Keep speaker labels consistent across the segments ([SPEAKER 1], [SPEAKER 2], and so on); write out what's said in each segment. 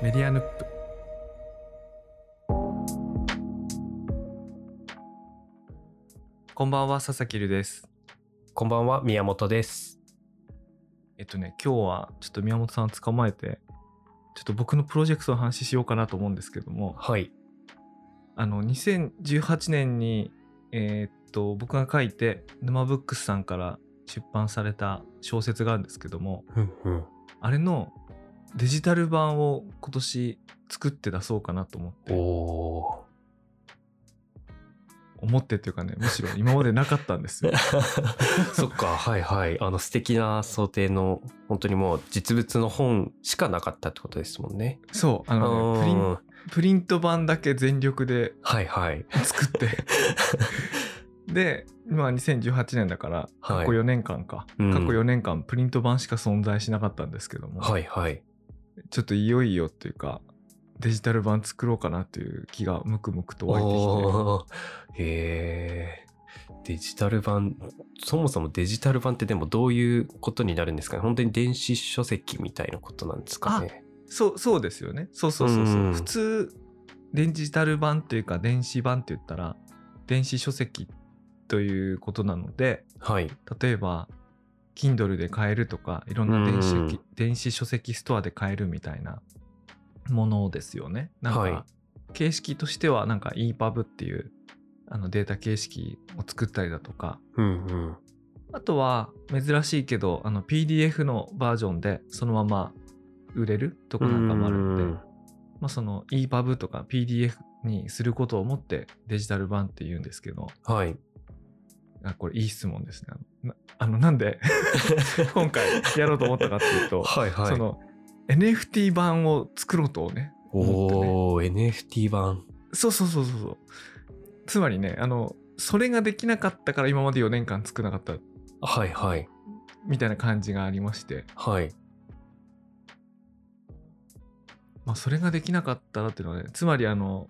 [SPEAKER 1] メディアヌップこんばんは佐々木留です
[SPEAKER 2] こんばんは、宮本です。
[SPEAKER 1] えっとね今日はちょっと宮本さんを捕まえてちょっと僕のプロジェクトの話しようかなと思うんですけども
[SPEAKER 2] はい。
[SPEAKER 1] あの2018年にえーっと僕が書いて沼ブックスさんから出版された小説があるんですけども
[SPEAKER 2] うんうん。
[SPEAKER 1] あれのデジタル版を今年作って出そうかなと思って
[SPEAKER 2] お
[SPEAKER 1] 思ってっていうかねむしろ今までなかったんですよ
[SPEAKER 2] ー。そっか、はいはい。あの、素敵な想定の、本当にもう実物の本しかなかったってことですもんね。
[SPEAKER 1] そうあ
[SPEAKER 2] う
[SPEAKER 1] のね、プリン
[SPEAKER 2] ん。
[SPEAKER 1] プリント版だけ全力で
[SPEAKER 2] はいはい。
[SPEAKER 1] 作って で今2018年だから過去4年間か、
[SPEAKER 2] うん
[SPEAKER 1] 過去4年間プリント版しか存在しなかったんですけども、
[SPEAKER 2] はいはい。
[SPEAKER 1] ちょっといよいよっていうかデジタル版作ろうかなっていう気がムクムクと湧いてき
[SPEAKER 2] おーへえ。デジタル版、そもそもデジタル版ってでもどういうことになるんですかね本当に電子書籍みたいなことなんですかね。
[SPEAKER 1] てそうそうですよねそうそうそうそう、
[SPEAKER 2] うん
[SPEAKER 1] 普通デジタル版というか電子版って言ったら電子書籍ということなので、
[SPEAKER 2] はい。
[SPEAKER 1] 例えば Kindle で買えるとかいろんな電子,、
[SPEAKER 2] うん
[SPEAKER 1] 電子書籍ストアで買えるみたいなものですよね。なんか、
[SPEAKER 2] はい
[SPEAKER 1] 形式としてはなんか EPUB っていうあのデータ形式を作ったりだとか
[SPEAKER 2] うんうん。
[SPEAKER 1] あとは珍しいけどあの PDF のバージョンでそのまま売れるとこなんかもあるので、
[SPEAKER 2] うん
[SPEAKER 1] まあ、その EPUB とか PDF にすることをもってデジタル版って言うんですけど
[SPEAKER 2] はい。
[SPEAKER 1] あこれいい質問ですね。あのな あのなんで今回やろうと思ったかっていうと、
[SPEAKER 2] はいはい。
[SPEAKER 1] その NFT 版を作ろうとね思ってね
[SPEAKER 2] おお、NFT 版。
[SPEAKER 1] そうそうそうそうそうつまりねあのそれができなかったから今まで4年間作らなかった
[SPEAKER 2] はいはい。
[SPEAKER 1] みたいな感じがありまして、
[SPEAKER 2] はい。
[SPEAKER 1] まあ、それができなかったらっていうのはねつまりあの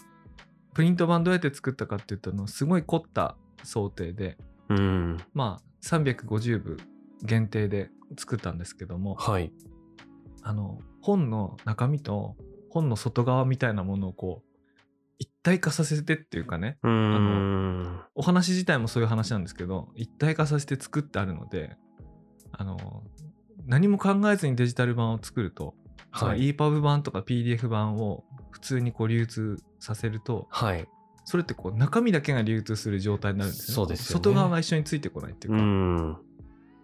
[SPEAKER 1] プリント版どうやって作ったかっていったのすごい凝った想定で
[SPEAKER 2] うん。
[SPEAKER 1] まあ350部限定で作ったんですけども、
[SPEAKER 2] はい。
[SPEAKER 1] あの本の中身と本の外側みたいなものをこう一体化させてっていうかね
[SPEAKER 2] うーん。
[SPEAKER 1] お話自体もそういう話なんですけど一体化させて作ってあるのであの何も考えずにデジタル版を作ると、その
[SPEAKER 2] はい。
[SPEAKER 1] EPUB 版とか PDF 版を普通にこう流通させると
[SPEAKER 2] はい。
[SPEAKER 1] それってこう中身だけが流通する状態になるんですね
[SPEAKER 2] そうですよね
[SPEAKER 1] 外側が一緒についてこないっていう
[SPEAKER 2] う
[SPEAKER 1] か、
[SPEAKER 2] ん。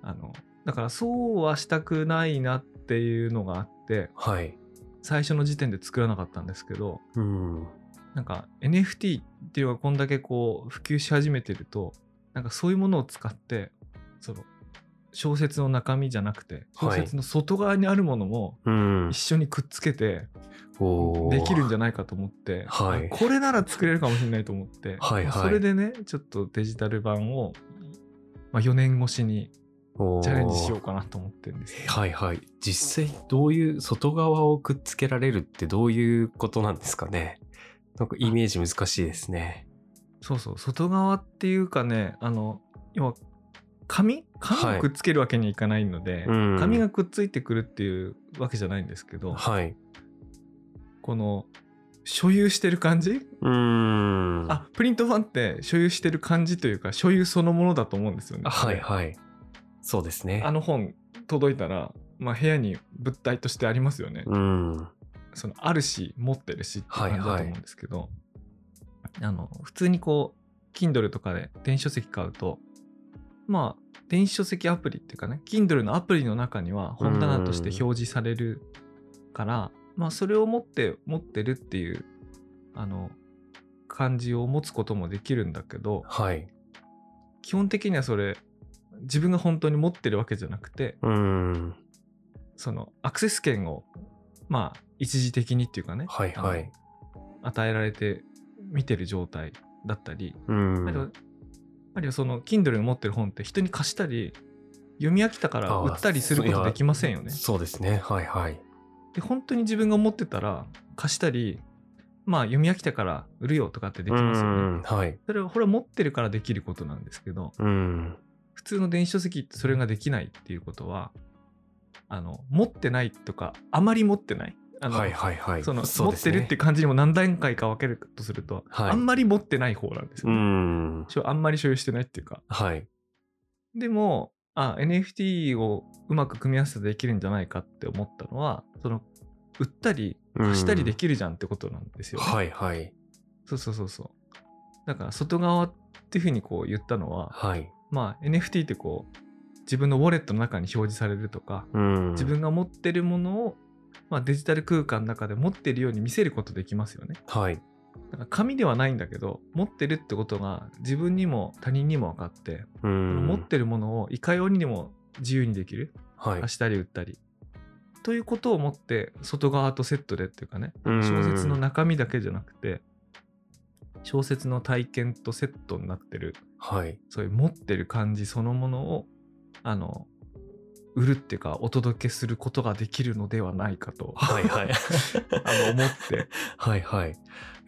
[SPEAKER 1] あのだからそうはしたくないなっていうのがあって
[SPEAKER 2] はい。
[SPEAKER 1] 最初の時点で作らなかったんですけど
[SPEAKER 2] うん。
[SPEAKER 1] なんか NFT っていうのがこんだけこう普及し始めてるとなんかそういうものを使ってその小説の中身じゃなくて小
[SPEAKER 2] はい
[SPEAKER 1] 説の外側にあるものも
[SPEAKER 2] うん
[SPEAKER 1] 一。緒にくっつけて
[SPEAKER 2] お
[SPEAKER 1] できるんじ
[SPEAKER 2] ゃ
[SPEAKER 1] ゃないかと思って、
[SPEAKER 2] はい
[SPEAKER 1] これなら作れるかもしれないと思って、
[SPEAKER 2] はいはい
[SPEAKER 1] それでねちょっとデジタル版を、まあ、4年越しにチャレンジしようかなと思ってるんですよ
[SPEAKER 2] はいはい。実際、どういう、外側をくっつけられるってどういうことなんですかね。なんかイメージ難しいですね。
[SPEAKER 1] そうそう外側っていうかねあの要は紙紙
[SPEAKER 2] は
[SPEAKER 1] を
[SPEAKER 2] い
[SPEAKER 1] くっつけるわけにいかないので、
[SPEAKER 2] うん
[SPEAKER 1] 紙がくっついてくるっていうわけじゃないんですけど、
[SPEAKER 2] はい。
[SPEAKER 1] この所有してる感じ、
[SPEAKER 2] うーん。
[SPEAKER 1] あプリント版って所有してる感じというか所有そのものだと思うんですよね。
[SPEAKER 2] はいはい。そうですね。
[SPEAKER 1] あの本届いたら、まあ、部屋に物体としてありますよね。
[SPEAKER 2] うん。
[SPEAKER 1] そのあるし持ってるしって感じだと思うんですけど、あの普通にこう Kindle とかで電子書籍買うとまあ電子書籍アプリっていうかね Kindle のアプリの中には本棚として表示されるから、まあそれを持って持ってるっていうあの感じを持つこともできるんだけど
[SPEAKER 2] はい。
[SPEAKER 1] 基本的にはそれ自分が本当に持ってるわけじゃなくて
[SPEAKER 2] うん。
[SPEAKER 1] そのアクセス権をまあ一時的にっていうかね、
[SPEAKER 2] はいはい。
[SPEAKER 1] 与えられて見てる状態だったり、
[SPEAKER 2] うん。
[SPEAKER 1] あとあるいはその Kindle の持ってる本って人に貸したり読み飽きたから売ったりすることできませんよね。
[SPEAKER 2] そうですね。はいはい。
[SPEAKER 1] で本当に自分が持ってたら貸したりまあ読み飽きたから売るよとかってできます
[SPEAKER 2] う
[SPEAKER 1] よね。
[SPEAKER 2] んはい。
[SPEAKER 1] それはこれは持ってるからできることなんですけど
[SPEAKER 2] うん。
[SPEAKER 1] 普通の電子書籍ってそれができないっていうことはあの持ってないとかあまり持ってないあの、
[SPEAKER 2] はいはいはい。
[SPEAKER 1] その
[SPEAKER 2] う
[SPEAKER 1] 持
[SPEAKER 2] で
[SPEAKER 1] っ
[SPEAKER 2] す
[SPEAKER 1] て
[SPEAKER 2] ね
[SPEAKER 1] るって感じにも何段階か分けるとすると、
[SPEAKER 2] はい
[SPEAKER 1] あんまり持ってない方なんです
[SPEAKER 2] う
[SPEAKER 1] よ、ね
[SPEAKER 2] ん。
[SPEAKER 1] しょあんまり所有してないっていうか。
[SPEAKER 2] はい。
[SPEAKER 1] でもあ NFT をうまく組み合わせてできるんじゃないかって思ったのはその売ったり貸したりできるじゃんってことなんですよ、
[SPEAKER 2] はいはい。
[SPEAKER 1] そうそうそうそうだから外側っていうふうにこう言ったのは
[SPEAKER 2] はい。
[SPEAKER 1] まあ NFT ってこう自分のウォレットの中に表示されるとか
[SPEAKER 2] うん。
[SPEAKER 1] 自分が持ってるものを、まあ、デジタル空間の中で持ってるように見せることできますよね
[SPEAKER 2] はい。
[SPEAKER 1] だから紙ではないんだけど持ってるってことが自分にも他人にも分かって、
[SPEAKER 2] うん。
[SPEAKER 1] 持ってるものをいかようにでも自由にできる
[SPEAKER 2] はい。
[SPEAKER 1] 貸したり売ったりということをもって外側とセットでっていうかね小説の
[SPEAKER 2] うん
[SPEAKER 1] 中身だけじゃなくて小説の体験とセットになってる
[SPEAKER 2] はい。
[SPEAKER 1] そういう持ってる感じそのものをあの売るっていうかお届けすることができるのではないかとあ
[SPEAKER 2] はい はい。
[SPEAKER 1] の思って
[SPEAKER 2] はいはい。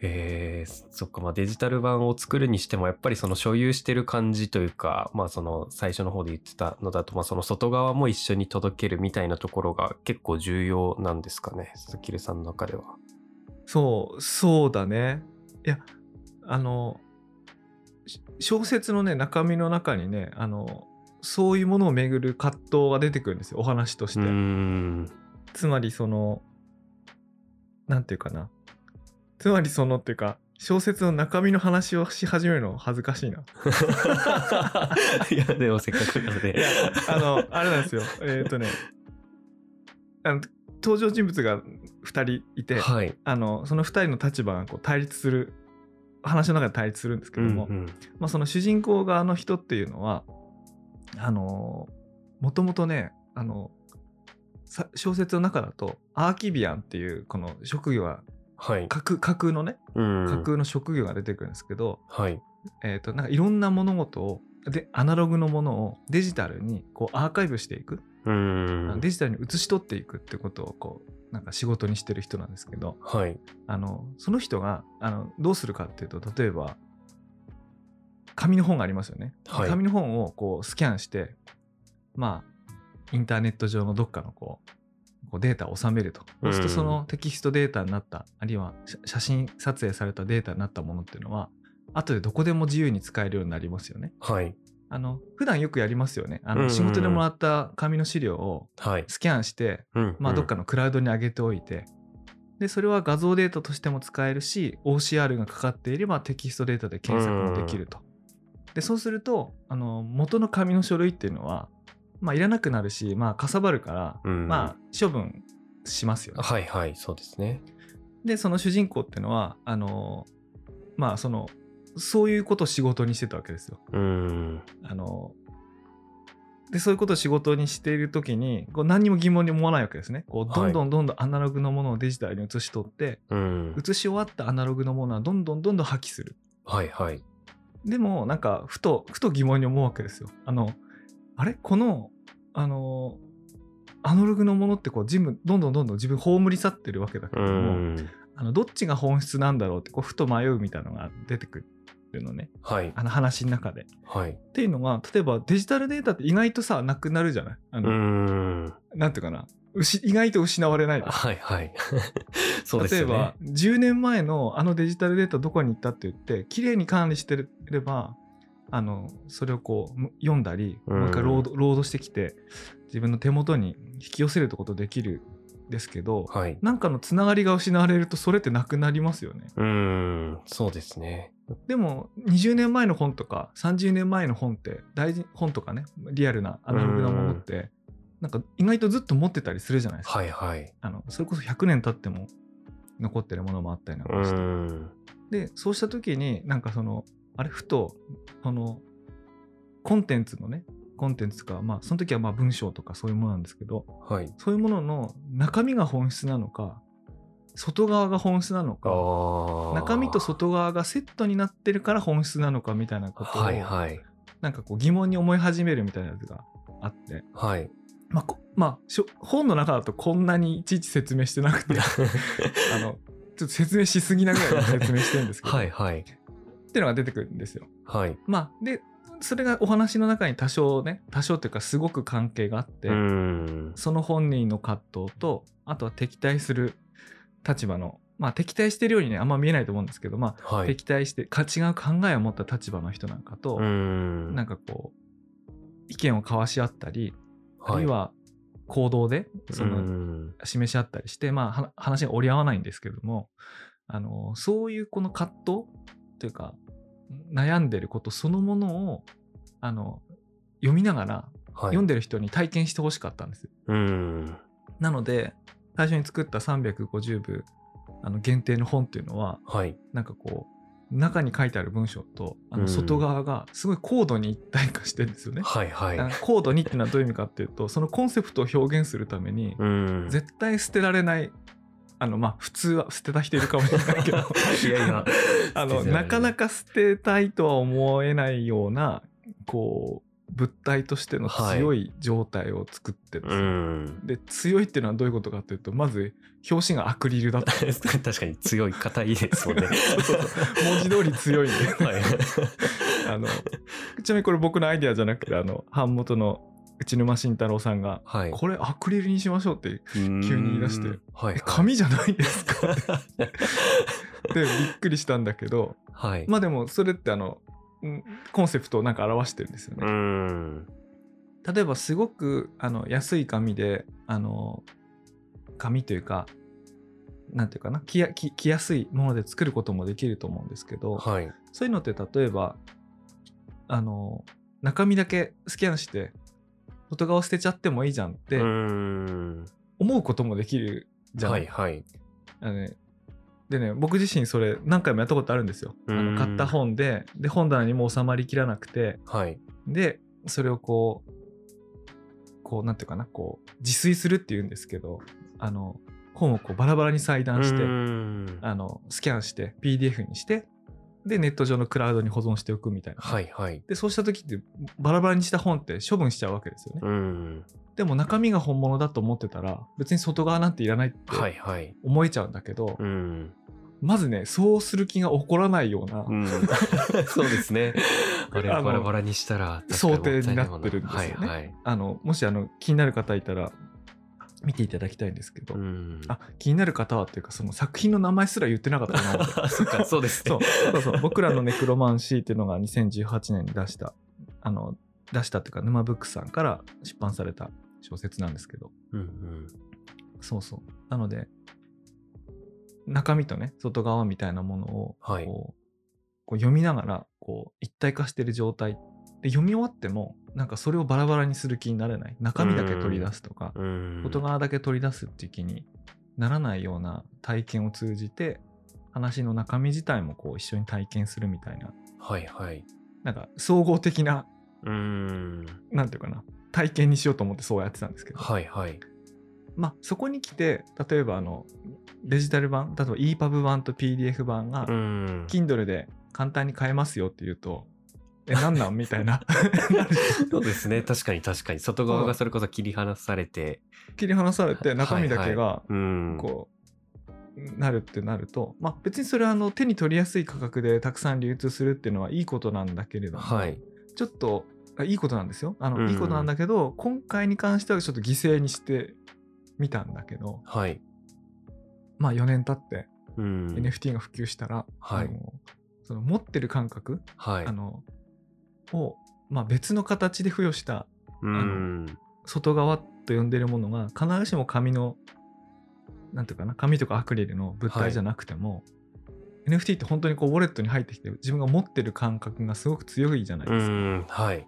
[SPEAKER 2] えー、そっか、まあ、デジタル版を作るにしても、やっぱりその所有してる感じというか、まあ、その最初の方で言ってたのだと、まあ、その外側も一緒に届けるみたいなところが結構重要なんですかね、鈴木さんの中では。
[SPEAKER 1] そうそうだねいやあのし小説のね中身の中にねあのそういうものをめぐる葛藤が出てくるんですよお話とし
[SPEAKER 2] う
[SPEAKER 1] て。
[SPEAKER 2] ーん。
[SPEAKER 1] つまりそのなんていうかなつまりそのっていうか小説の中身の話をし始めるの恥ずかしいな。
[SPEAKER 2] いや、でもせっかくなので。
[SPEAKER 1] あのあれなんですよえっ、とねあの登場人物が2人いて、
[SPEAKER 2] はい。
[SPEAKER 1] あのその2人の立場がこう対立する話の中で対立するんですけども、
[SPEAKER 2] うんうん
[SPEAKER 1] まあ、その主人公側の人っていうのはあのもともとねあのさ小説の中だとアーキビアンっていうこの職業は
[SPEAKER 2] はい。
[SPEAKER 1] 架空架空のね
[SPEAKER 2] うん
[SPEAKER 1] 架空の職業が出てくるんですけど、
[SPEAKER 2] はい。
[SPEAKER 1] えー、となんかいろんな物事をでアナログのものをデジタルにこうアーカイブしていく、
[SPEAKER 2] うーん。
[SPEAKER 1] デジタルに写し取っていくってことをこうなんか仕事にしてる人なんですけど
[SPEAKER 2] はい。
[SPEAKER 1] あのその人があのどうするかっていうと例えば紙の本がありますよね、
[SPEAKER 2] はい
[SPEAKER 1] 紙の本をこうスキャンしてまあインターネット上のどっかのこうこうデータを収めるとそうすると
[SPEAKER 2] うん
[SPEAKER 1] そのテキストデータになったあるいは写写真撮影されたデータになったものっていうのは後でどこでも自由に使えるようになりますよね
[SPEAKER 2] はい。
[SPEAKER 1] あの普段よくやりますよねあ
[SPEAKER 2] うんう
[SPEAKER 1] の
[SPEAKER 2] ん
[SPEAKER 1] 仕事でもらった紙の資料を
[SPEAKER 2] はい。
[SPEAKER 1] スキャンして
[SPEAKER 2] うん
[SPEAKER 1] まあ、どっか。のクラウドに上げておいて、でそれは画像データとしても使えるし OCR がかかっていればテキストデータで検索もできると。でそうするとあの元の紙の書類っていうのは、まあ、いらなくなるし、まあ、かさばるから、
[SPEAKER 2] うん
[SPEAKER 1] まあ、処分しますよね。
[SPEAKER 2] はいはい。そうですね。
[SPEAKER 1] でその主人公っていうのはあの、まあ、そのそういうことを仕事にしてたわけですよ。
[SPEAKER 2] うーん。
[SPEAKER 1] あのでそういうことを仕事にしている時にこう何にも疑問に思わないわけですね。こうどんどんどんどんアナログのものをデジタルに移し取って、
[SPEAKER 2] うん。
[SPEAKER 1] 移し終わったアナログのものはどんどんどんどん破棄する。
[SPEAKER 2] はいはい。
[SPEAKER 1] でもなんかふとふと疑問に思うわけですよ。あのあれこのあのアナログのものってこう自分どんどんどんどん自分葬り去ってるわけだけ
[SPEAKER 2] う
[SPEAKER 1] れども、
[SPEAKER 2] ん。
[SPEAKER 1] あのどっちが本質なんだろうってこうふと迷うみたいなのが出てくるのね
[SPEAKER 2] はい。
[SPEAKER 1] あの話の中で。
[SPEAKER 2] はい。
[SPEAKER 1] っていうのが例えばデジタルデータって意外とさなくなるじゃないあ
[SPEAKER 2] う
[SPEAKER 1] の、
[SPEAKER 2] ん。
[SPEAKER 1] なんていうかなうし意外と失われない
[SPEAKER 2] はいはい。 そうです
[SPEAKER 1] 例え
[SPEAKER 2] よね。
[SPEAKER 1] ば10年前のあのデジタルデータどこに行ったって言って綺麗に管理してればあのそれをこうむ読んだり
[SPEAKER 2] うん
[SPEAKER 1] もう一回ロードロードしてきて自分の手元に引き寄せるってことできるんですけど
[SPEAKER 2] はい。
[SPEAKER 1] なんかのつながりが失われるとそれってなくなりますよね
[SPEAKER 2] うん。そうですね。
[SPEAKER 1] でも20年前の本とか30年前の本って大事本とかねリアルなアナログなものってなんか意外とずっと持ってたりするじゃないですか、
[SPEAKER 2] はいはい。
[SPEAKER 1] あのそれこそ100年経っても残ってるものもあったりなん
[SPEAKER 2] う
[SPEAKER 1] かして、
[SPEAKER 2] ん。
[SPEAKER 1] でそうした時になんかそのあれふとこのコンテンツのねコンテンツとかまあその時はまあ文章とかそういうものなんですけど
[SPEAKER 2] はい。
[SPEAKER 1] そういうものの中身が本質なのか外側が本質なの
[SPEAKER 2] あ
[SPEAKER 1] か
[SPEAKER 2] ー
[SPEAKER 1] 中身と外側がセットになってるから本質なのかみたいなことを、
[SPEAKER 2] はいはい。
[SPEAKER 1] なんかこう疑問に思い始めるみたいなやつがあって、
[SPEAKER 2] はい。
[SPEAKER 1] まあこまあしょ本の中だとこんなにいちいち説明してなく てあのちょっと説明しすぎなぐらいの説明してるんですけど、
[SPEAKER 2] はいはい。
[SPEAKER 1] っていうのが出てくるんですよ。
[SPEAKER 2] はい。
[SPEAKER 1] まあでそれがお話の中に多少ね多少というかすごく関係があって、
[SPEAKER 2] うん。
[SPEAKER 1] その本人の葛藤とあとは敵対する立場の、まあ、敵対してるようにねあんま見えないと思うんですけど、まあ、
[SPEAKER 2] はい。
[SPEAKER 1] 敵対してか違う考えを持った立場の人なんかと、
[SPEAKER 2] ん
[SPEAKER 1] なんかこう意見を交わし合ったり、あ
[SPEAKER 2] は
[SPEAKER 1] るい
[SPEAKER 2] い
[SPEAKER 1] は行動でその、
[SPEAKER 2] うん
[SPEAKER 1] 示し合ったりして、まあ、は話が折り合わないんですけれどもあのそういうこの葛藤というか悩んでることそのものをあの読みながら
[SPEAKER 2] はい
[SPEAKER 1] 読んでる人に体験してほしかったんですよ、
[SPEAKER 2] うん
[SPEAKER 1] なので最初に作った350部あの限定の本っていうのは
[SPEAKER 2] はい。
[SPEAKER 1] なんかこう中に書いてある文章とあ
[SPEAKER 2] う
[SPEAKER 1] の
[SPEAKER 2] ん
[SPEAKER 1] 外側がすごい高度に一体化してるんですよね。
[SPEAKER 2] はい。はい。
[SPEAKER 1] あの高度にっていうのはどういう意味かっていう とそのコンセプトを表現するために
[SPEAKER 2] うん
[SPEAKER 1] 絶対捨てられないあのまあ普通は捨てた人いるかもしれないけど
[SPEAKER 2] いやいや
[SPEAKER 1] あのなかな
[SPEAKER 2] か
[SPEAKER 1] か捨てたいとは思えないようなこう物体としての強い状態を作ってるんです
[SPEAKER 2] う
[SPEAKER 1] よ、
[SPEAKER 2] ん
[SPEAKER 1] で強いっていうのはどういうことかっていうとまず表紙がアクリル だと
[SPEAKER 2] 確かに強い硬いですもんね
[SPEAKER 1] そう文字通り強いんで
[SPEAKER 2] はい
[SPEAKER 1] あのちなみにこれ僕のアイデアじゃなくてあの版元の内沼慎太郎さんが
[SPEAKER 2] はい
[SPEAKER 1] これアクリルにしましょうって
[SPEAKER 2] 急に
[SPEAKER 1] 急に言い出して
[SPEAKER 2] はいはい
[SPEAKER 1] え紙じゃないですかってびっくりしたんだけど
[SPEAKER 2] はい、
[SPEAKER 1] まあでもそれってあのんコンセプトをなんか表してるんですよ
[SPEAKER 2] う
[SPEAKER 1] ね。
[SPEAKER 2] ん
[SPEAKER 1] 例えばすごくあの安い紙であの紙というかなんていうかな着や着着やすいもので作ることもできると思うんですけど
[SPEAKER 2] はい
[SPEAKER 1] そういうのって例えばあの中身だけスキャンして外側を捨てちゃってもいいじゃんって
[SPEAKER 2] うん
[SPEAKER 1] 思うこともできるじゃん。
[SPEAKER 2] はいはい
[SPEAKER 1] あのねでね僕自身それ何回もやったことあるんですよ。あ
[SPEAKER 2] うん
[SPEAKER 1] の買った本でで本棚にもう収まりきらなくて
[SPEAKER 2] はい
[SPEAKER 1] でそれをこうこうなんていうかなこう自炊するっていうんですけどあの本をこうバラバラに裁断して
[SPEAKER 2] うん
[SPEAKER 1] あのスキャンして PDF にしてでネット上のクラウドに保存しておくみたいな。
[SPEAKER 2] はいはい
[SPEAKER 1] でそうした時ってバラバラにした本って処分しちゃうわけですよね。
[SPEAKER 2] うん
[SPEAKER 1] でも中身が本物だと思ってたら別に外側なんていらないって
[SPEAKER 2] はいはい
[SPEAKER 1] 思えちゃうんだけど、
[SPEAKER 2] うん
[SPEAKER 1] まずねそうする気が起こらないような、
[SPEAKER 2] うん そうですねあれ
[SPEAKER 1] あの
[SPEAKER 2] バラバラにしたら
[SPEAKER 1] 想定になってるんですよね
[SPEAKER 2] はいはい
[SPEAKER 1] あのもしあの気になる方いたら見ていただきたいんですけど、
[SPEAKER 2] うん
[SPEAKER 1] あ気になる方はっていうかその作品の名前すら言ってなかったな俺
[SPEAKER 2] そっかそうですね
[SPEAKER 1] そうそうそう僕らの「ネクロマンシー」っていうのが2018年に出したあの出したっていうか沼ブックさんから出版された小説なんですけど
[SPEAKER 2] うんうん
[SPEAKER 1] そうそうなので中身とね外側みたいなものをこう,、
[SPEAKER 2] はい
[SPEAKER 1] こう読みながらこう一体化してる状態で読み終わってもなんかそれをバラバラにする気になれない中身だけ取り出すとか
[SPEAKER 2] うん
[SPEAKER 1] 外側だけ取り出すっていう気にならないような体験を通じて話の中身自体もこう一緒に体験するみたいな
[SPEAKER 2] はいはい
[SPEAKER 1] なんか総合的な
[SPEAKER 2] うん
[SPEAKER 1] なんていうかな体験にしようと思ってそうやってたんですけど、
[SPEAKER 2] はいはい
[SPEAKER 1] まあそこに来て例えばあのデジタル版例えば EPUB 版と PDF 版が
[SPEAKER 2] うん
[SPEAKER 1] Kindle で簡単に買えますよって言うと、え なんなんみたいな
[SPEAKER 2] そうですね確かに確かに外側がそれこそ切り離されて
[SPEAKER 1] 切り離されて中身だけが、
[SPEAKER 2] うん
[SPEAKER 1] こうなるってなると、まあ、別にそれはあの手に取りやすい価格でたくさん流通するっていうのはいいことなんだけれども、
[SPEAKER 2] はい
[SPEAKER 1] ちょっとあいいことなんですよあの、
[SPEAKER 2] うん
[SPEAKER 1] いいことなんだけど今回に関してはちょっと犠牲にしてみたんだけど、
[SPEAKER 2] はい
[SPEAKER 1] まあ、4年経って
[SPEAKER 2] うん
[SPEAKER 1] NFT が普及したら、
[SPEAKER 2] はい
[SPEAKER 1] あのその持ってる感覚、
[SPEAKER 2] はい
[SPEAKER 1] あのを、まあ、別の形で付与した
[SPEAKER 2] うん
[SPEAKER 1] 外側と呼んでるものが必ずしも紙のなんていうかな紙とかアクリルの物体じゃなくても、NFT って本当にこうウォレットに入ってきて自分が持ってる感覚がすごく強いじゃないうですか。
[SPEAKER 2] んはい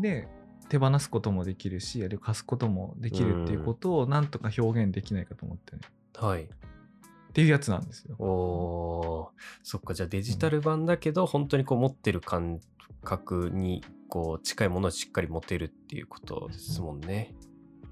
[SPEAKER 1] で手放すこともできるしあるいは貸すこともできるっていうことをなんとか表現できないかと思ってね
[SPEAKER 2] はい
[SPEAKER 1] っていうやつなんですよ。
[SPEAKER 2] おーそっかじゃあデジタル版だけど本当にこう持ってる感覚にこう近いものをしっかり持てるっていうことですもんね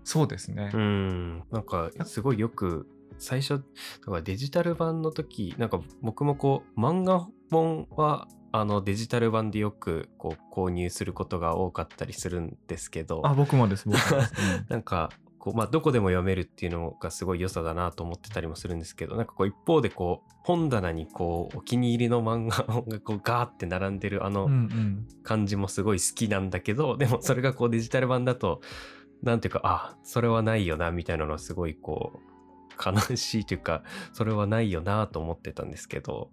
[SPEAKER 1] そうですね。
[SPEAKER 2] うんなんかすごいよく最初だからデジタル版の時なんか僕もこう漫画本はあのデジタル版でよくこう購入することが多かったりするんですけど
[SPEAKER 1] あ僕もです僕 もです。うん
[SPEAKER 2] なんかこう、まあ、どこでも読めるっていうのがすごい良さだなと思ってたりもするんですけどなんかこう一方でこう本棚にこうお気に入りの漫画本がこうガーって並んでるあ
[SPEAKER 1] うんう
[SPEAKER 2] の
[SPEAKER 1] ん
[SPEAKER 2] 感じもすごい好きなんだけど、でもそれがこうデジタル版だとなんていうかあそれはないよなみたいなのはすごいこう悲しいというか、それはないよなと思ってたんですけど。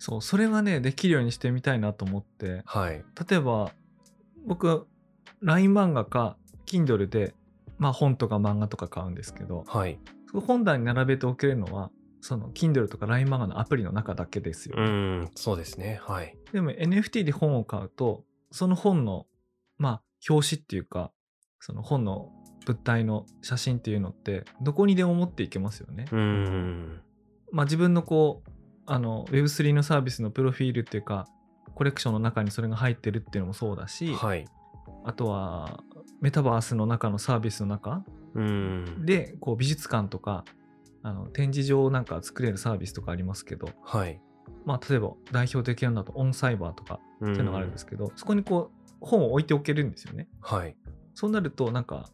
[SPEAKER 1] そう、それはね、できるようにしてみたいなと思って、
[SPEAKER 2] はい。
[SPEAKER 1] 例えば、僕、LINE 漫画か Kindle で、まあ本とか漫画とか買うんですけど、
[SPEAKER 2] はい。
[SPEAKER 1] そこ本棚に並べておけるのは、その Kindle とか LINE 漫画のアプリの中だけですよ。
[SPEAKER 2] うん、そうですね。はい。
[SPEAKER 1] でも NFT で本を買うと、その本の、まあ、表紙っていうか、その本の物体の写真っていうのって、どこにでも持っていけますよね。
[SPEAKER 2] うん。
[SPEAKER 1] まあ、自分のこう、あの、Web3 のサービスのプロフィールっていうか、コレクションの中にそれが入ってるっていうのもそうだし、
[SPEAKER 2] はい。
[SPEAKER 1] あとは、メタバースの中のサービスの中
[SPEAKER 2] うん。
[SPEAKER 1] で、こう、美術館とか、あの展示場なんか作れるサービスとかありますけど、
[SPEAKER 2] はい。
[SPEAKER 1] まあ、例えば代表的なのだとオンサイバーとか
[SPEAKER 2] う
[SPEAKER 1] っていうのがあるんですけど、そこにこう本を置いておけるんですよね。
[SPEAKER 2] はい。
[SPEAKER 1] そうなるとなんか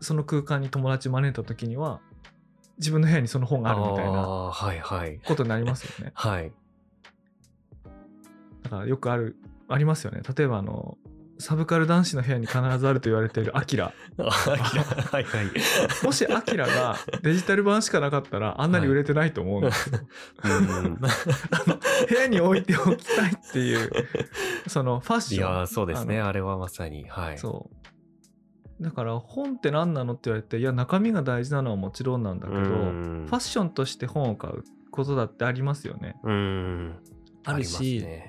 [SPEAKER 1] その空間に友達招いた時には自分の部屋にその本があるみたい
[SPEAKER 2] あ
[SPEAKER 1] な
[SPEAKER 2] ーはいはい。
[SPEAKER 1] ことになりますよね。
[SPEAKER 2] はい。
[SPEAKER 1] だからよくあるありますよね。例えばあのサブカル男子の部屋に必ずあると言われているアキラ。
[SPEAKER 2] あ はいはい。
[SPEAKER 1] もしアキラがデジタル版しかなかったらあんなに売れてないと思うんですよ。
[SPEAKER 2] うん
[SPEAKER 1] 部屋に置いておきたいっていうそのファッ
[SPEAKER 2] い
[SPEAKER 1] ション。
[SPEAKER 2] やー、そうです
[SPEAKER 1] あ
[SPEAKER 2] ね。
[SPEAKER 1] の
[SPEAKER 2] あれはまさに。はい。
[SPEAKER 1] そうだから本って何なのって言われていや中身が大事なのはもちろんなんだけど、
[SPEAKER 2] うん
[SPEAKER 1] ファッションとして本を買うことだってありますよね。
[SPEAKER 2] うん。
[SPEAKER 1] ある
[SPEAKER 2] り
[SPEAKER 1] し、
[SPEAKER 2] ますね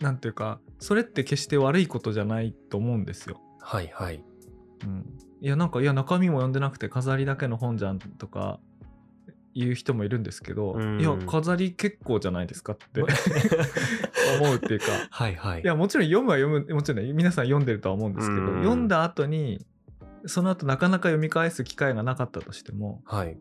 [SPEAKER 1] なんていうかそれって決して悪いことじゃないと思うんですよ。
[SPEAKER 2] はいはい。
[SPEAKER 1] うん、いやなんかいや中身も読んでなくて飾りだけの本じゃんとか言う人もいるんですけど、
[SPEAKER 2] うん
[SPEAKER 1] いや飾り結構じゃないですかって 思うっていうか
[SPEAKER 2] はいはい
[SPEAKER 1] い。やもちろん読むは読むもちろん皆さん読んでるとは思うんですけど、
[SPEAKER 2] うん
[SPEAKER 1] 読んだ後にその後なかなか読み返す機会がなかったとしても
[SPEAKER 2] はい。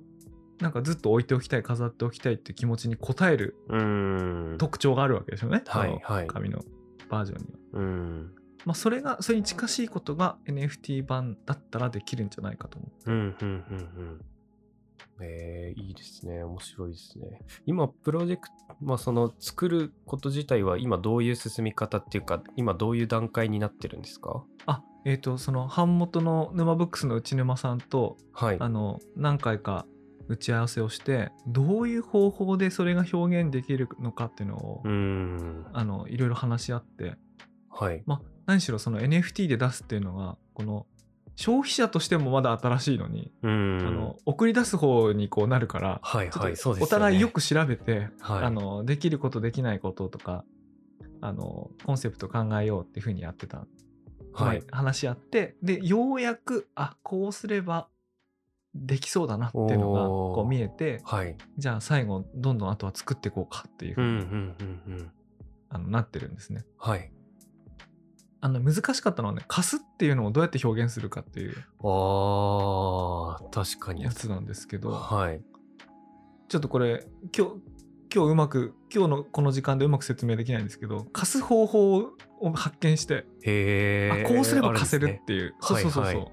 [SPEAKER 1] なんかずっと置いておきたい飾っておきたいって気持ちに応える
[SPEAKER 2] うん。
[SPEAKER 1] 特徴があるわけですよね、
[SPEAKER 2] はい
[SPEAKER 1] その
[SPEAKER 2] はい
[SPEAKER 1] 紙のバージョンには。
[SPEAKER 2] うん。
[SPEAKER 1] まあ、それがそれに近しいことが NFT 版だったらできるんじゃないかと思
[SPEAKER 2] うん、うん、うん、うん。えー、いいですね。面白いですね。今、プロジェクト、まあ、その、作ること自体は、今、どういう進み方っていうか、今、どういう段階になってるんですか
[SPEAKER 1] う。あえっ、とその版元の沼ブックスの内沼さんと
[SPEAKER 2] はい。
[SPEAKER 1] あの何回か打ち合わせをしてどういう方法でそれが表現できるのかっていうのを、
[SPEAKER 2] うん。
[SPEAKER 1] あのいろいろ話し合って
[SPEAKER 2] はい。
[SPEAKER 1] まあ、何しろその NFT で出すっていうのがこの消費者としてもまだ新しいのに、
[SPEAKER 2] うん。
[SPEAKER 1] あの送り出す方にこうなるから、
[SPEAKER 2] はい
[SPEAKER 1] ちょっと
[SPEAKER 2] はい、そうですね。
[SPEAKER 1] お互いよ、く調べて、
[SPEAKER 2] はい、
[SPEAKER 1] あ、のできることできないこととかあのコンセプト考えようっていうふうにやってた、
[SPEAKER 2] はい。
[SPEAKER 1] まあ話し合ってでようやくあこうすればできそうだなっていうのが
[SPEAKER 2] おー
[SPEAKER 1] こう見えて
[SPEAKER 2] はい。
[SPEAKER 1] じゃあ最後どんどんあとは作っていこうかっていうふ
[SPEAKER 2] う、
[SPEAKER 1] うんに、
[SPEAKER 2] うん、うん、うん。
[SPEAKER 1] あのなってるんですね。
[SPEAKER 2] はい。
[SPEAKER 1] あの難しかったのはね貸すっていうのをどうやって表現するかっていう
[SPEAKER 2] あー、確かに
[SPEAKER 1] や。つなんですけど
[SPEAKER 2] はい。
[SPEAKER 1] ちょっとこれ今日今日うまく今日のこの時間でうまく説明できないんですけど貸す方法を発見して、
[SPEAKER 2] へー。
[SPEAKER 1] あこうすれば
[SPEAKER 2] あんで
[SPEAKER 1] 貸せ
[SPEAKER 2] す
[SPEAKER 1] る
[SPEAKER 2] ね
[SPEAKER 1] っていう、そう
[SPEAKER 2] はい
[SPEAKER 1] そうそうそう、
[SPEAKER 2] は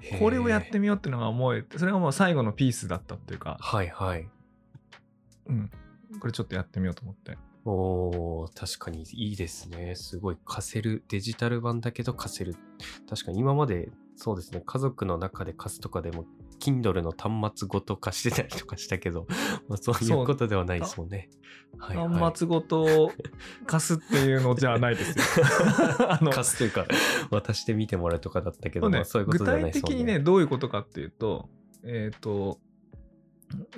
[SPEAKER 2] へー
[SPEAKER 1] これをやってみようっていうのが思えてそれがもう最後のピースだったっていうか、
[SPEAKER 2] はい、はい。
[SPEAKER 1] うん、これちょっとやってみようと思って
[SPEAKER 2] おー、確かにいいですね。すごい、貸せる。デジタル版だけど貸せる。確かに今まで、そうですね、家族の中で貸すとかでも、Kindle の端末ごと貸してたりとかしたけど、 まあ、そうい
[SPEAKER 1] そう
[SPEAKER 2] うことではないですもんね。はい、はい。
[SPEAKER 1] 端末ごと貸すっていうのじゃない ですよ。あの
[SPEAKER 2] 貸すというか、 渡してみてもらうとかだったけ
[SPEAKER 1] そ
[SPEAKER 2] ど、
[SPEAKER 1] う
[SPEAKER 2] ま
[SPEAKER 1] ね
[SPEAKER 2] あ、そういうこ
[SPEAKER 1] 具
[SPEAKER 2] とではな
[SPEAKER 1] 体
[SPEAKER 2] いです
[SPEAKER 1] 的
[SPEAKER 2] もん
[SPEAKER 1] にねどういうことかっていうとえっ、と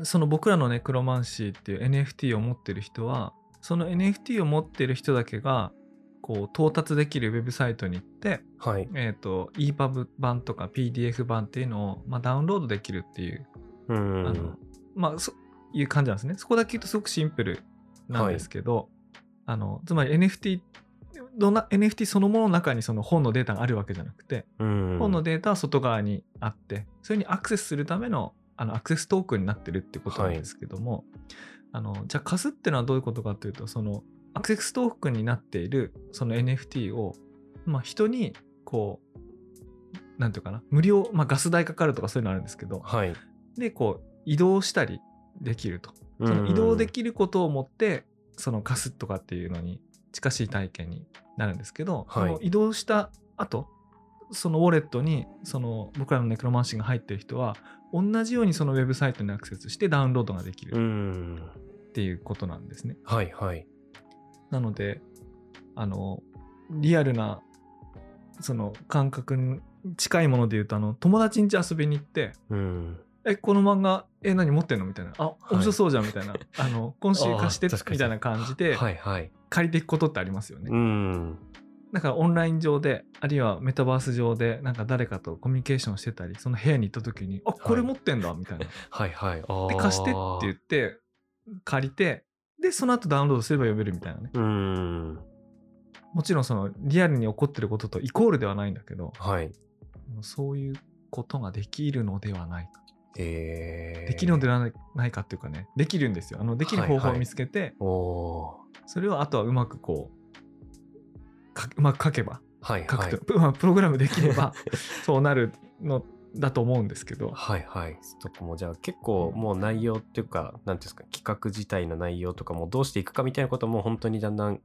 [SPEAKER 1] その僕らのネクロマンシーっていう NFT を持ってる人はその NFT を持ってる人だけがこう到達できるウェブサイトに行って、
[SPEAKER 2] はい。
[SPEAKER 1] えー、と EPUB 版とか PDF 版っていうのを、まあ、ダウンロードできるっていう、
[SPEAKER 2] う
[SPEAKER 1] あの
[SPEAKER 2] ん。
[SPEAKER 1] まあ、そういう感じなんですね。そこだけ言うとすごくシンプルなんですけど、あのつまり NFT どんな NFT そのものの中にその本のデータがあるわけじゃなくて、
[SPEAKER 2] うん。
[SPEAKER 1] 本のデータは外側にあって、それにアクセスするためのあのアクセストークンになってるってことなんですけども、あのじゃあ貸すってのはどういうことかというと、そのアクセストークンになっているその NFT を、まあ、人にこう、なんていうかな、無料、まあ、ガス代かかるとかそういうのあるんですけど、
[SPEAKER 2] はい。
[SPEAKER 1] で、こう移動したりできると。その移動できることをもって、その貸すとかっていうのに近しい体験になるんですけど、
[SPEAKER 2] はい
[SPEAKER 1] その移動した後そのウォレットにその僕らのネクロマンシーが入ってる人は同じようにそのウェブサイトにアクセスしてダウンロードができ
[SPEAKER 2] う
[SPEAKER 1] る
[SPEAKER 2] ん。
[SPEAKER 1] っていうことなんですね。
[SPEAKER 2] はいはい。
[SPEAKER 1] なのであのリアルなその感覚に近いもので言うとあの友達ん家遊びに行って
[SPEAKER 2] うん。
[SPEAKER 1] 「えこの漫画え何持ってんの?」みたいな「あ
[SPEAKER 2] い
[SPEAKER 1] 面白そうじゃん」み たいな「あの今週貸して
[SPEAKER 2] あー確」かに
[SPEAKER 1] みたいな感じで
[SPEAKER 2] はいはい。
[SPEAKER 1] 借りていくことってありますよね。
[SPEAKER 2] うん。
[SPEAKER 1] だからオンライン上であるいはメタバース上でなんか誰かとコミュニケーションしてたりその部屋に行った時に「あこれ持ってんだ」みたいな。
[SPEAKER 2] はいはい。あー
[SPEAKER 1] で貸してって言って借りてでその後ダウンロードすれば読めるみたいなね
[SPEAKER 2] うん。
[SPEAKER 1] もちろんそのリアルに起こってることとイコールではないんだけど
[SPEAKER 2] はい。
[SPEAKER 1] そういうことができるのではないか
[SPEAKER 2] えー。
[SPEAKER 1] できるのではないないかっていうかねできるんですよあのできる方
[SPEAKER 2] はい
[SPEAKER 1] 法
[SPEAKER 2] は
[SPEAKER 1] を
[SPEAKER 2] い
[SPEAKER 1] 見つけて、
[SPEAKER 2] おー。
[SPEAKER 1] それをあとはうまくこうかうまく書けば
[SPEAKER 2] はい
[SPEAKER 1] 書
[SPEAKER 2] は
[SPEAKER 1] く
[SPEAKER 2] い
[SPEAKER 1] と、。プまあプログラムできれば そうなるのだと思うんですけど
[SPEAKER 2] はいはい。そこもじゃあ結構もう内容っていうか、なんていうんですか、企画自体の内容とかもどうしていくかみたいなことも本当にだんだん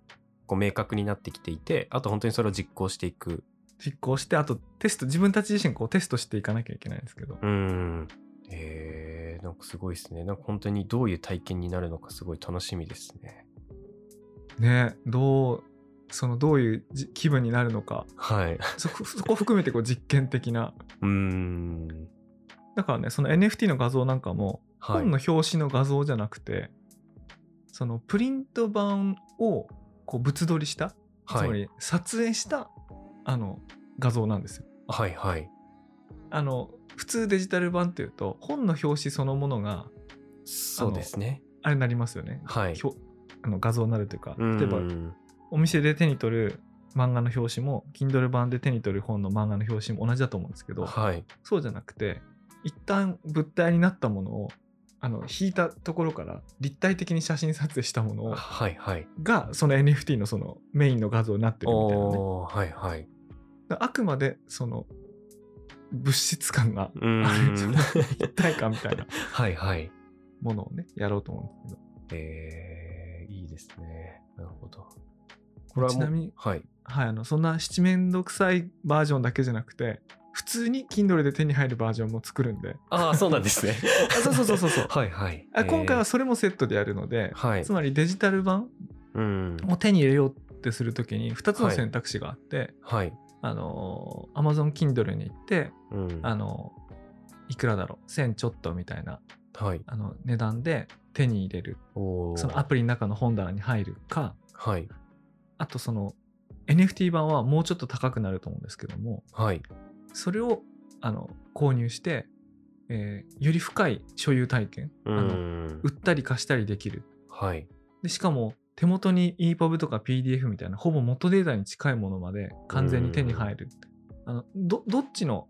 [SPEAKER 2] こう明確になってきていて、あと本当にそれを実行していく。
[SPEAKER 1] 実行してあとテスト自分たち自身こうテストしていかなきゃいけないんですけど
[SPEAKER 2] うん。えー、なんかすごいですね。なんか本当にどういう体験になるのかすごい楽しみですね。
[SPEAKER 1] ねどうそのどういうじ気分になるのか
[SPEAKER 2] はい。
[SPEAKER 1] そ こそこ含めてこう実験的な
[SPEAKER 2] うん。
[SPEAKER 1] だからねその NFT の画像なんかも
[SPEAKER 2] はい
[SPEAKER 1] 本。の表紙の画像じゃなくて、そのプリント版をこう物撮りした、
[SPEAKER 2] は
[SPEAKER 1] つま
[SPEAKER 2] い。
[SPEAKER 1] り撮影したあの画像なんですよ。
[SPEAKER 2] はいはい。
[SPEAKER 1] あの普通デジタル版っていうと本の表紙そのものが
[SPEAKER 2] そうですね。
[SPEAKER 1] あれになりますよね。
[SPEAKER 2] はい。
[SPEAKER 1] ひょあの画像になるというか
[SPEAKER 2] うん
[SPEAKER 1] 例えばお店で手に取る漫画の表紙も Kindle 版で手に取る本の漫画の表紙も同じだと思うんですけど、
[SPEAKER 2] はい。
[SPEAKER 1] そうじゃなくて一旦物体になったものをあの引いたところから立体的に写真撮影したものを
[SPEAKER 2] はいはい。
[SPEAKER 1] がその NFT のそのメインの画像になってるみたいなね
[SPEAKER 2] おー、はいはい。
[SPEAKER 1] だあくまでその物質感 が
[SPEAKER 2] う
[SPEAKER 1] あるそ
[SPEAKER 2] ん
[SPEAKER 1] の。一体感みたいな
[SPEAKER 2] はいはい。
[SPEAKER 1] ものをねやろうと思うんですけ
[SPEAKER 2] えー、いいですね。なるほど。こ
[SPEAKER 1] どちなみに、
[SPEAKER 2] はい。
[SPEAKER 1] はい、あのそんな七面倒くさいバージョンだけじゃなくて普通に Kindle で手に入るバージョンも作るんで
[SPEAKER 2] ああ、そうなんですね。
[SPEAKER 1] あそうそうそうそうそう
[SPEAKER 2] はいはい。
[SPEAKER 1] あ今回は
[SPEAKER 2] え
[SPEAKER 1] それもセットでやるので
[SPEAKER 2] ー、はい
[SPEAKER 1] つ。まりデジタル版
[SPEAKER 2] うん。
[SPEAKER 1] を手に入れようってするときに2つの選択肢があって、
[SPEAKER 2] はい。
[SPEAKER 1] あの Amazon Kindle に行って
[SPEAKER 2] うん。
[SPEAKER 1] あのいくらだろう1000ちょっとみたいな
[SPEAKER 2] はい。
[SPEAKER 1] あの値段で手に入れる
[SPEAKER 2] おー
[SPEAKER 1] そのアプリの中の本棚に入るか
[SPEAKER 2] はい。
[SPEAKER 1] あとその NFT 版はもうちょっと高くなると思うんですけども
[SPEAKER 2] はい。
[SPEAKER 1] それをあの購入して、えーより深い所有体験
[SPEAKER 2] う
[SPEAKER 1] の
[SPEAKER 2] ん
[SPEAKER 1] 売。ったり貸したりできる
[SPEAKER 2] はい。
[SPEAKER 1] でしかも手元に EPUB とか PDF みたいなほぼ元データに近いものまで完全に手に入るあのどどっちの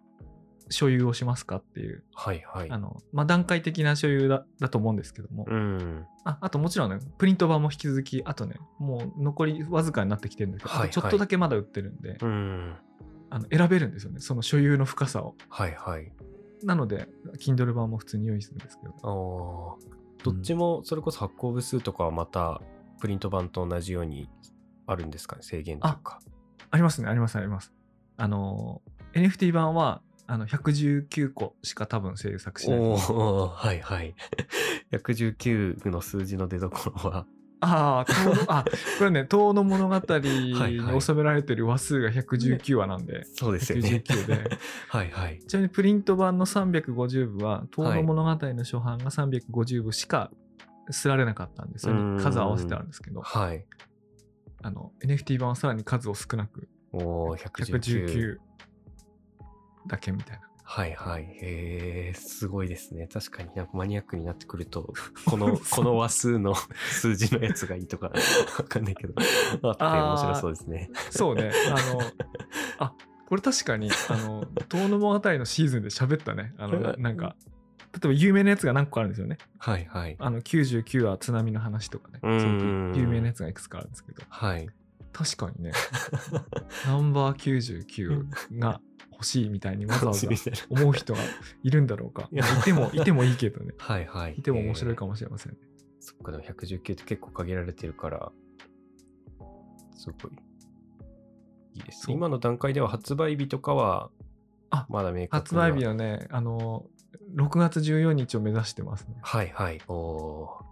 [SPEAKER 1] 所有をしますかっていう
[SPEAKER 2] はいはい
[SPEAKER 1] あ。の、まあ、段階的な所有だだと思うんですけども、
[SPEAKER 2] うん。
[SPEAKER 1] ああともちろんねプリント版も引き続きあとねもう残りわずかになってきてるんですけど、あ
[SPEAKER 2] はい
[SPEAKER 1] とちょっとだけまだ売ってるんで、
[SPEAKER 2] うん。
[SPEAKER 1] あの選べるんですよねその所有の深さを
[SPEAKER 2] はいはい。
[SPEAKER 1] なので Kindle 版も普通に用意するんですけど
[SPEAKER 2] おーどっちもそれこそ発行部数とかはまたプリント版と同じようにあるんですかね制限とか。
[SPEAKER 1] ありますねありますありますあの NFT 版はあの119個しか多分制作しないと
[SPEAKER 2] お
[SPEAKER 1] 思う
[SPEAKER 2] おーはいはい。119の数字の出所は。
[SPEAKER 1] ああ遠野あこれはね「遠の物語」に
[SPEAKER 2] はいはい
[SPEAKER 1] 収められてる話数が119話なんで
[SPEAKER 2] そうですよね。
[SPEAKER 1] 119で。
[SPEAKER 2] はいはい。
[SPEAKER 1] ちなみにプリント版の350部は「遠野物語」の初版が350部しか刷られなかったんでそれに数合わせてあるんですけど
[SPEAKER 2] はい。
[SPEAKER 1] あの NFT 版はさらに数を少なく
[SPEAKER 2] おお、
[SPEAKER 1] 119
[SPEAKER 2] 119。
[SPEAKER 1] だけみたい な
[SPEAKER 2] はいはい。へえ、すごいですね。確かになんかマニアックになってく ると、この、この話数の 数字のやつがいいとか、わかんないけど、あって面白そうですね。
[SPEAKER 1] そうねあのあこれ確かに「あの遠野物語」のシーズンで喋ったねあ のなんか例えば有名なやつが何個かあるんですよね
[SPEAKER 2] はいはい。
[SPEAKER 1] あの99は津波の話とかね
[SPEAKER 2] うん
[SPEAKER 1] そういう有名なやつがいくつかあるんですけど
[SPEAKER 2] はい。
[SPEAKER 1] 確か にねナンバー99が欲しいみたいにわざわざ
[SPEAKER 2] みたいな
[SPEAKER 1] 思う人がいるんだろうか
[SPEAKER 2] い
[SPEAKER 1] い
[SPEAKER 2] や
[SPEAKER 1] てもいてもいいけどね
[SPEAKER 2] はいはい。
[SPEAKER 1] いても面白い
[SPEAKER 2] も。
[SPEAKER 1] かもしれませんね、
[SPEAKER 2] そっか、でも119って結構限られてるから、すごい。いいです
[SPEAKER 1] そ
[SPEAKER 2] ね。
[SPEAKER 1] う
[SPEAKER 2] 今の段階では発売日とかは
[SPEAKER 1] あ、
[SPEAKER 2] まだ明確
[SPEAKER 1] 発
[SPEAKER 2] には
[SPEAKER 1] 売日はね、あの、6月14日を目指してますね。
[SPEAKER 2] はいはい。おおー。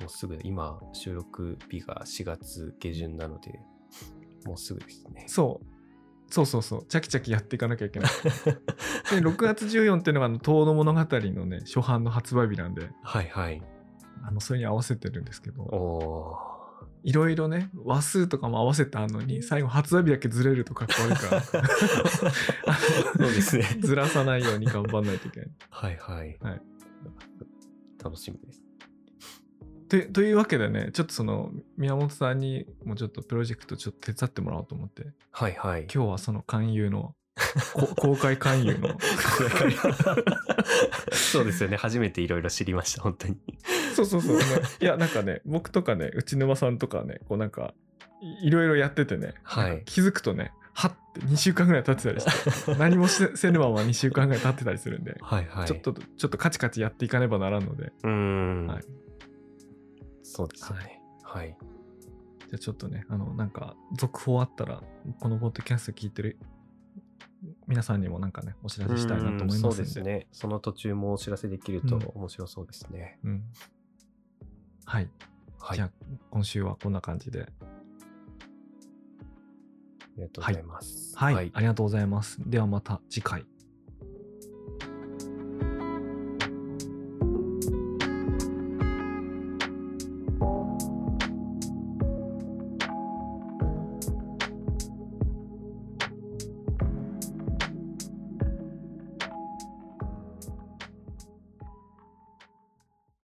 [SPEAKER 2] もうすぐ、今、収録日が4月下旬なので、もうすぐですね。
[SPEAKER 1] そう。そうそうそう。チャキチャキやっていかなきゃい けない。で、6月14っていうのが、あの、遠野物語のね、初版の発売日なんで、
[SPEAKER 2] はいはい。
[SPEAKER 1] あの、それに合わせてるんですけ
[SPEAKER 2] お
[SPEAKER 1] ど、
[SPEAKER 2] お
[SPEAKER 1] いろいろね、話数とかも合わせたのに、最後発売日だけずれるとかっこ悪い から、
[SPEAKER 2] ー。そうですね。
[SPEAKER 1] ずらさないように頑張んないといけない。
[SPEAKER 2] はいはい。
[SPEAKER 1] はい
[SPEAKER 2] 楽しみです。
[SPEAKER 1] てというわけでね、ちょっとその、宮本さんにもちょっとプロジェクトちょっと手伝ってもらおうと思って、
[SPEAKER 2] はいはい。
[SPEAKER 1] 今日はその勧誘 の、こ公開勧誘の。
[SPEAKER 2] そうですよね。初めていろいろ知りました、本当に。
[SPEAKER 1] そうそう そう。ねいや、なんかね、僕とかね、内沼さんとかね、こうなんか、いいろいろやっててね、
[SPEAKER 2] はい
[SPEAKER 1] なんか気づくとね、はって2週間ぐらい経ってたり して、何もしせぬまま2週間ぐらい経ってたりするんで、
[SPEAKER 2] はいはい。
[SPEAKER 1] ちょっ。と、ちょっとカチカチやっていかねばならんので、
[SPEAKER 2] うーん、
[SPEAKER 1] はい
[SPEAKER 2] そうですよね。はい。
[SPEAKER 1] じゃあちょっとね、あの、なんか、続報あったら、このポッドキャスト聞いてる皆さんにもなんかね、お知らせしたいなと思いますん
[SPEAKER 2] うんそうですね。その途中もお知らせできると面白そうですね。
[SPEAKER 1] うんはい。
[SPEAKER 2] はい。
[SPEAKER 1] じゃあ、今週はこんな感じで。
[SPEAKER 2] ありがとうございます。
[SPEAKER 1] はい、ありがとうございます。ではまた次回。